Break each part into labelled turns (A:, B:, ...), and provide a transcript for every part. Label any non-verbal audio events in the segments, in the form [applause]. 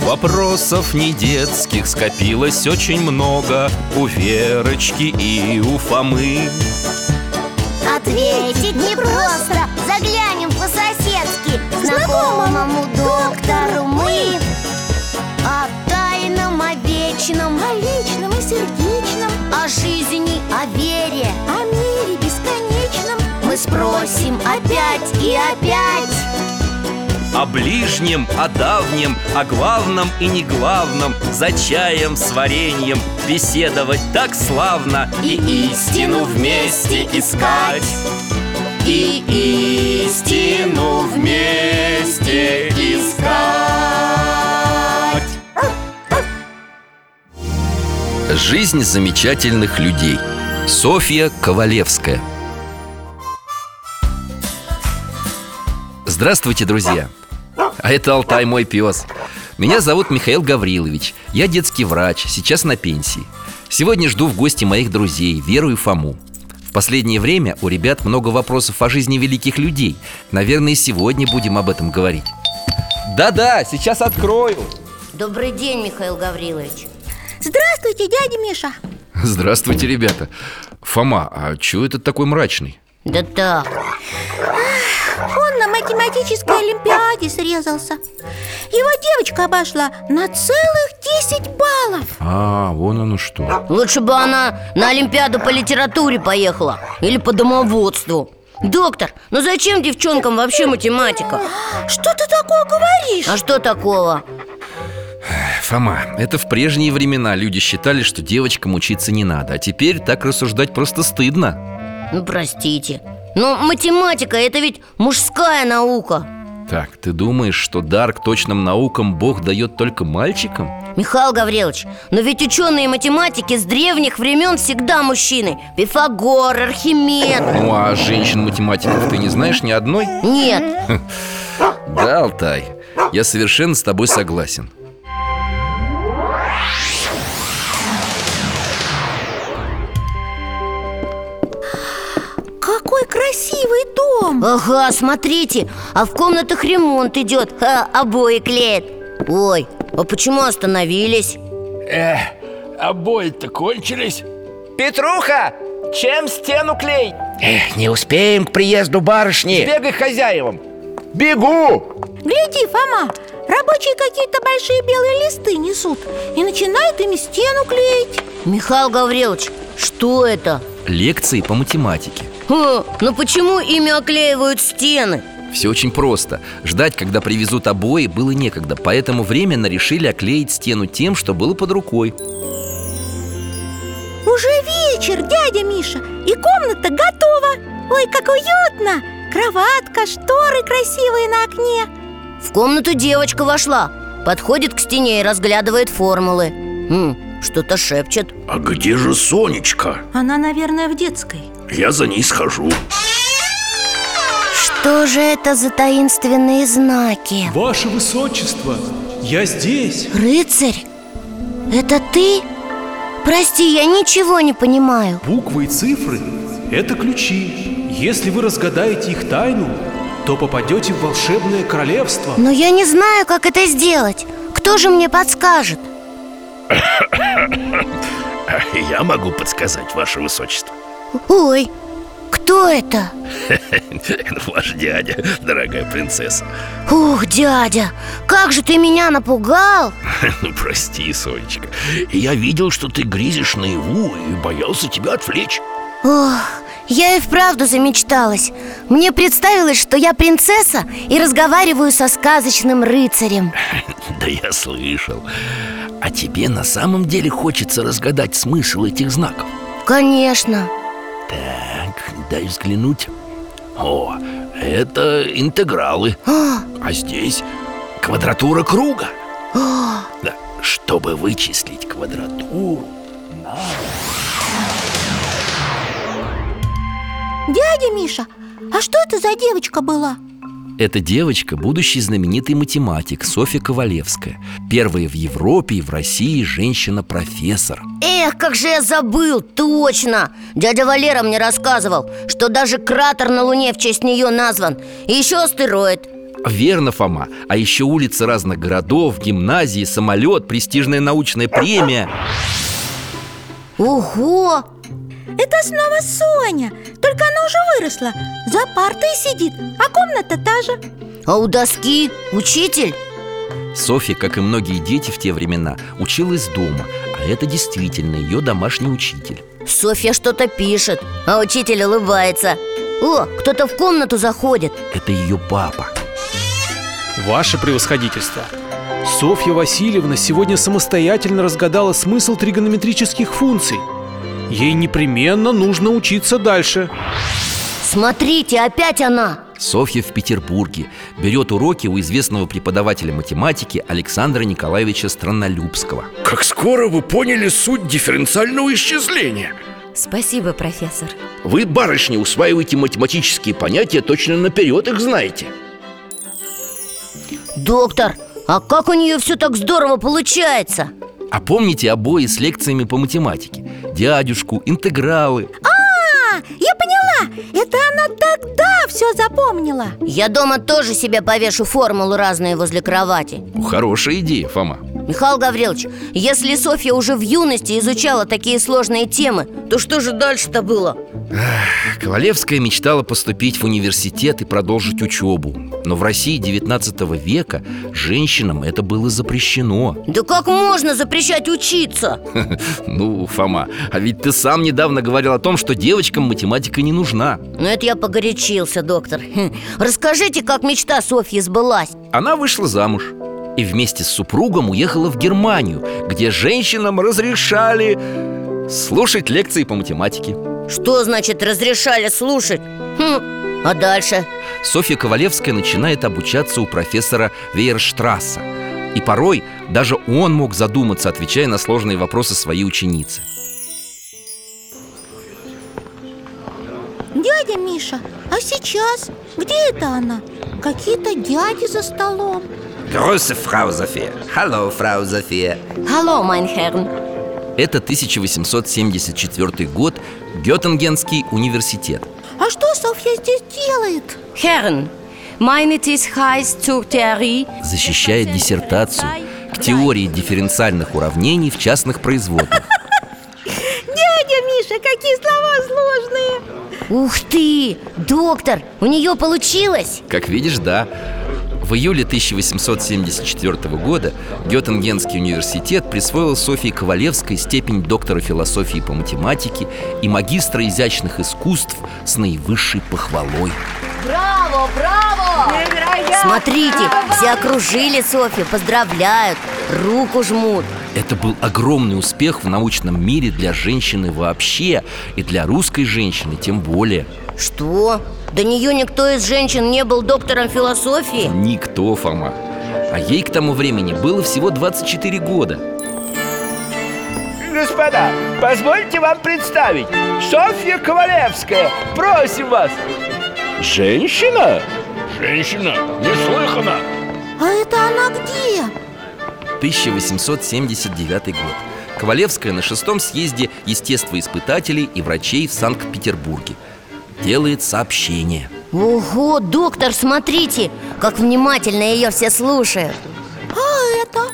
A: Вопросов не детских скопилось очень много У Верочки и у Фомы
B: Ответить непросто Заглянем по-соседски Знакомому доктору мы О тайном, о вечном
C: О личном и сердечном,
B: О жизни, о вере
C: о мире бесконечном
B: Мы спросим опять и опять
A: О ближнем, о давнем, о главном и не главном За чаем с вареньем беседовать так славно
B: И истину вместе искать.
A: И истину вместе искать Жизнь замечательных людей Софья Ковалевская Здравствуйте, друзья! А это Алтай, мой пес Меня зовут Михаил Гаврилович Я детский врач, сейчас на пенсии Сегодня жду в гости моих друзей Веру и Фому В последнее время у ребят много вопросов о жизни великих людей Наверное, и сегодня будем об этом говорить Да-да, сейчас открою
B: Добрый день, Михаил Гаврилович
C: Здравствуйте, дядя Миша
A: Здравствуйте, ребята Фома, а чего это такой мрачный?
B: Да так,
C: Он на математической олимпиаде срезался Его девочка обошла на целых 10 баллов
D: А, вон оно что
B: Лучше бы она на Олимпиаду по литературе поехала Или по домоводству Доктор, ну зачем девчонкам вообще математика?
C: Что ты А, такое говоришь?
B: А что такого?
A: Фома, это в прежние времена люди считали, что девочкам учиться не надо А теперь так рассуждать просто стыдно
B: Ну, простите Но математика – это ведь мужская наука
A: Так, ты думаешь, что дар к точным наукам Бог дает только мальчикам?
B: Михаил Гаврилович, но ведь ученые математики с древних времен всегда мужчины Пифагор, Архимед
A: Ну а женщин-математиков ты не знаешь ни одной?
B: Нет,
A: Да, Алтай, я совершенно с тобой согласен
C: Какой красивый дом
B: ага, смотрите, а в комнатах ремонт идет, Ха, обои клеят Ой, а почему остановились?
D: Эх, обои-то кончились
E: Петруха, чем стену клей?
D: Эх, не успеем к приезду барышни
E: Бегай к хозяевам
D: Бегу!
C: Гляди, Фома, рабочие какие-то большие белые листы несут И начинают ими стену клеить
B: Михаил Гаврилович, что это?
A: Лекции по математике
B: Ха, ну почему ими оклеивают стены?
A: Все очень просто. Ждать, когда привезут обои, было некогда, поэтому временно решили оклеить стену тем, что было под рукой.
C: Уже вечер, дядя Миша, и комната готова Ой, как уютно! Кроватка, шторы красивые на окне
B: В комнату девочка вошла Подходит к стене и разглядывает формулы М, Что-то шепчет
F: А где же Сонечка?
C: Она, наверное, в детской
F: Я за ней схожу
B: Что же это за таинственные знаки?
G: Ваше Высочество, я здесь
B: Рыцарь? Это ты? Прости, я ничего не понимаю
G: Буквы и цифры – это ключи Если вы разгадаете их тайну, то попадете в волшебное королевство
B: Но я не знаю, как это сделать Кто же мне подскажет?
F: [coughs] Я могу подсказать, ваше высочество
B: Ой, кто это?
F: [laughs] Ваш дядя, дорогая принцесса
B: Ух, дядя, как же ты меня напугал
F: [laughs] Ну, прости, Сонечка Я видел, что ты гризишь наяву и боялся тебя отвлечь [laughs]
B: Ох, я и вправду замечталась Мне представилось, что я принцесса и разговариваю со сказочным рыцарем
F: Да я слышал А тебе на самом деле хочется разгадать смысл этих знаков
B: Конечно
F: Так, дай взглянуть О, это интегралы
B: А,
F: А здесь квадратура круга Да, чтобы вычислить квадратуру
C: Дядя Миша, а что это за девочка была?
A: Эта девочка – будущий знаменитый математик Софья Ковалевская Первая в Европе и в России женщина-профессор
B: Эх, как же я забыл, точно Дядя Валера мне рассказывал, что даже кратер на Луне в честь нее назван И еще астероид
A: Верно, Фома. А еще улицы разных городов, гимназии, самолет, престижная научная премия.
B: Ого!
C: Это снова Соня, только она уже выросла За партой сидит, а комната та же
B: А у доски учитель?
A: Софья, как и многие дети в те времена, училась дома, а это действительно ее домашний учитель.
B: Софья что-то пишет, а учитель улыбается О, кто-то в комнату заходит
A: Это ее папа.
G: Ваше превосходительство Софья Васильевна сегодня самостоятельно разгадала смысл тригонометрических функций Ей непременно нужно учиться дальше
B: Смотрите, опять она
A: Софья в Петербурге берет уроки у известного преподавателя математики Александра Николаевича Странолюбского.
F: Как скоро вы поняли суть дифференциального исчисления?
H: Спасибо, профессор
F: Вы, барышни, усваиваете математические понятия, точно наперед их знаете
B: Доктор, а как у нее все так здорово получается?
A: А помните обои с лекциями по математике? Дядюшку, интегралы.
C: А, я поняла, это она тогда все запомнила
B: Я дома тоже себе повешу формулы разные возле кровати
A: Ну, Хорошая идея, Фома.
B: Михаил Гаврилович, если Софья уже в юности изучала такие сложные темы То что же дальше-то было?
A: Ковалевская мечтала поступить в университет и продолжить учебу Но в России 19 века женщинам это было запрещено [laughs]
B: Да как можно запрещать учиться?
A: Ну, Фома, а ведь ты сам недавно говорил о том, что девочкам математика не нужна
B: Ну это я погорячился, доктор Хм. Расскажите, как мечта Софьи сбылась
A: Она вышла замуж и вместе с супругом уехала в Германию, где женщинам разрешали слушать лекции по математике
B: Что значит разрешали слушать? Хм. А дальше?
A: Софья Ковалевская начинает обучаться у профессора Вейерштрасса И порой даже он мог задуматься, отвечая на сложные вопросы своей ученицы
C: Дядя Миша, а сейчас? Где это она? Какие-то дяди за столом
I: Grüße, Frau Sophia. Hallo, Frau Sophia.
B: Алло, Майнхерн
A: Это 1874 год, Геттингенский университет
C: А что Софья здесь делает?
H: Herren, meine Tis heißt zur Theorie
A: Защищает диссертацию к теории дифференциальных уравнений в частных производных
C: Дядя Миша, какие слова сложные
B: Ух ты, доктор, у нее получилось?
A: Как видишь, да в июле 1874 года Геттингенский университет присвоил Софии Ковалевской степень доктора философии по математике и магистра изящных искусств с наивысшей похвалой.
B: Браво, браво! Смотрите, все окружили Софью, поздравляют, руку жмут
A: Это был огромный успех в научном мире для женщины вообще и для русской женщины тем более.
B: Что? До нее никто из женщин не был доктором философии?
A: Никто, Фома. А ей к тому времени было всего 24 года.
E: Господа, позвольте вам представить Софья Ковалевская Просим вас Женщина?
F: Женщина, неслыханно
C: А это она где?
A: 1879 год. Ковалевская на шестом съезде естествоиспытателей и врачей в Санкт-Петербурге. Делает сообщение.
B: Ого, доктор, смотрите, как внимательно ее все слушают
C: А это?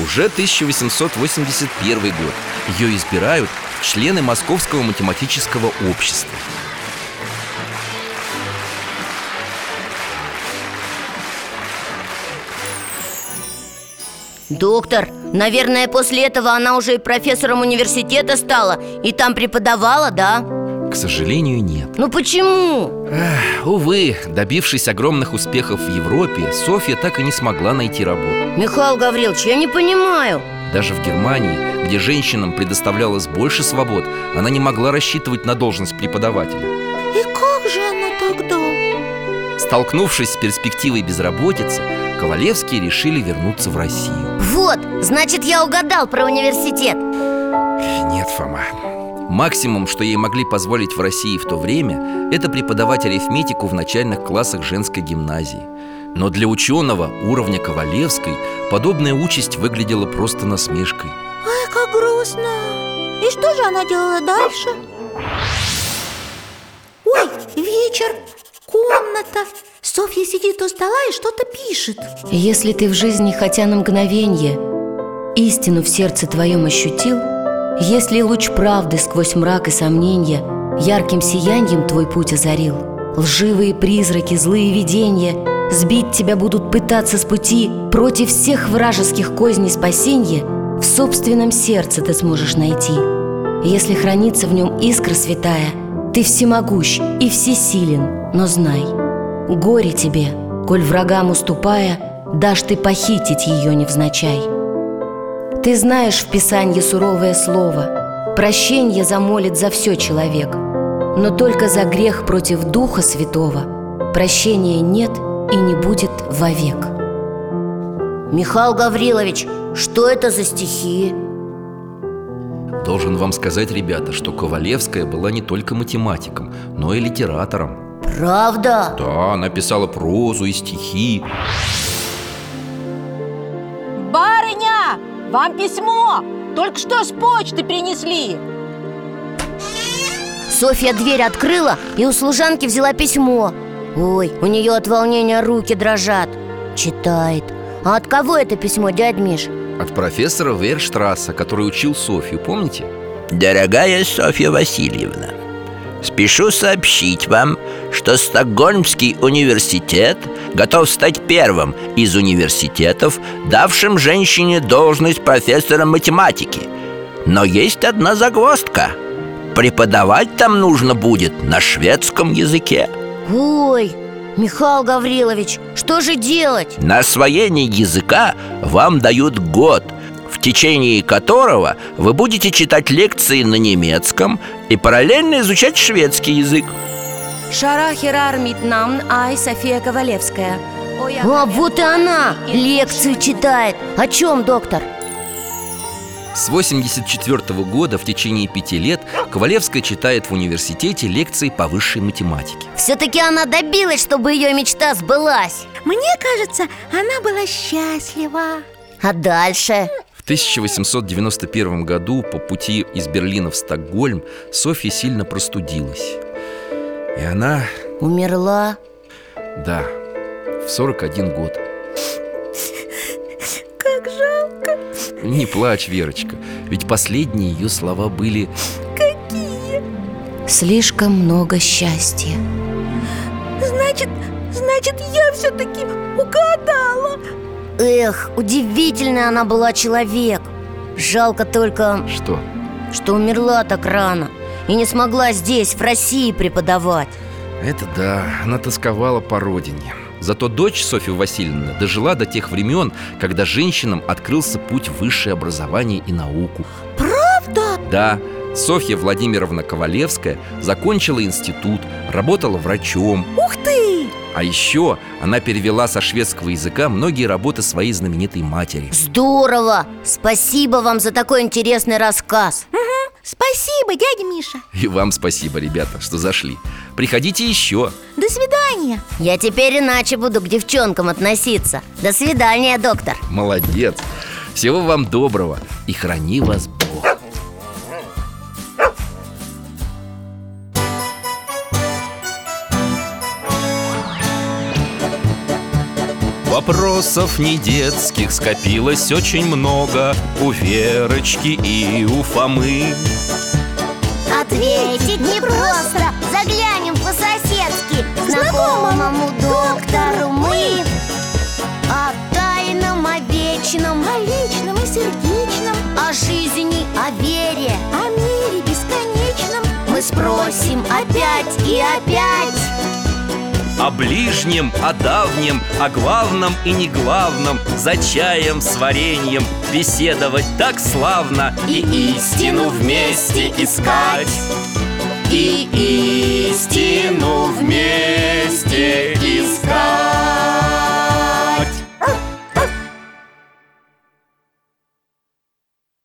A: Уже 1881 год. Ее избирают в члены Московского математического общества.
B: Доктор, наверное, после этого она уже и профессором университета стала И там преподавала, да?
A: К сожалению, нет.
B: Ну почему?
A: Увы, добившись огромных успехов в Европе, Софья так и не смогла найти работу.
B: Михаил Гаврилович, я не понимаю
A: Даже в Германии, где женщинам предоставлялось больше свобод, она не могла рассчитывать на должность преподавателя.
C: И как же она тогда?
A: Столкнувшись с перспективой безработицы, Ковалевские решили вернуться в Россию.
B: Вот, значит, я угадал про университет
A: Нет, Фома. Максимум, что ей могли позволить в России в то время, это преподавать арифметику в начальных классах женской гимназии. Но для ученого уровня Ковалевской подобная участь выглядела просто насмешкой.
C: Ой, как грустно И что же она делала дальше? Ой, вечер, комната, Софья сидит у стола и что-то пишет
H: Если ты в жизни хотя на мгновенье Истину в сердце твоем ощутил Если луч правды сквозь мрак и сомнения Ярким сияньем твой путь озарил Лживые призраки, злые видения Сбить тебя будут пытаться с пути Против всех вражеских козней спасенья В собственном сердце ты сможешь найти Если хранится в нем искра святая Ты всемогущ и всесилен, но знай Горе тебе, коль врагам уступая Дашь ты похитить ее невзначай Ты знаешь в Писанье суровое слово Прощенье замолит за все человек Но только за грех против Духа Святого Прощения нет и не будет вовек
B: Михаил Гаврилович, что это за стихи?
A: Должен вам сказать, ребята, что Ковалевская была не только математиком, но и литератором.
B: Правда?
A: Да, она писала прозу и стихи.
J: Барыня, вам письмо! Только что с почты принесли
B: Софья дверь открыла и у служанки взяла письмо Ой, у нее от волнения руки дрожат Читает А от кого это письмо, дядь Миш?
A: От профессора Верштрасса, который учил Софью, помните?
I: Дорогая Софья Васильевна, спешу сообщить вам, что Стокгольмский университет готов стать первым из университетов, давшим женщине должность профессора математики. Но есть одна загвоздка. Преподавать там нужно будет на шведском языке.
B: Ой, Михаил Гаврилович, что же делать?
I: На освоение языка вам дают год, в течение которого вы будете читать лекции на немецком и параллельно изучать шведский язык.
H: Шарахер намн Ай София Ковалевская
B: А вот и она лекцию читает О чем, доктор?
A: С 1984 года в течение пяти лет Ковалевская читает в университете лекции по высшей математике.
B: Все-таки она добилась, чтобы ее мечта сбылась
C: Мне кажется, она была счастлива
B: А дальше?
A: В 1891 году по пути из Берлина в Стокгольм Софья сильно простудилась. И она,
B: Умерла
A: да, в 41 год.
C: Как жалко
A: Не плачь, Верочка, ведь последние ее слова были
H: Слишком много счастья
C: Значит, значит, я все-таки угадала
B: Эх, удивительная она была человек Жалко только,
A: что?
B: что умерла так рано И не смогла здесь, в России, преподавать
A: Это да, она тосковала по родине. Зато дочь Софья Васильевна дожила до тех времен, когда женщинам открылся путь в высшее образование и науку.
C: Правда?
A: Да, Софья Владимировна Ковалевская закончила институт, работала врачом,
C: Ух ты!
A: а еще она перевела со шведского языка многие работы своей знаменитой матери.
B: Здорово! Спасибо вам за такой интересный рассказ
C: Спасибо, дядя Миша
A: И вам спасибо, ребята, что зашли. Приходите еще.
C: До свидания
B: Я теперь иначе буду к девчонкам относиться До свидания, доктор
A: Молодец. Всего вам доброго и храни вас Бог. Вопросов не детских скопилось очень много у Верочки и у Фомы.
B: Ответить непросто Заглянем по-соседски Знакомому доктору мы О тайном, о вечном
C: О личном и сердечном
B: О жизни, о вере
C: О мире бесконечном
B: Мы спросим опять и опять
A: О ближнем, о давнем, о главном и не главном За чаем с вареньем беседовать так славно
B: И истину вместе искать. И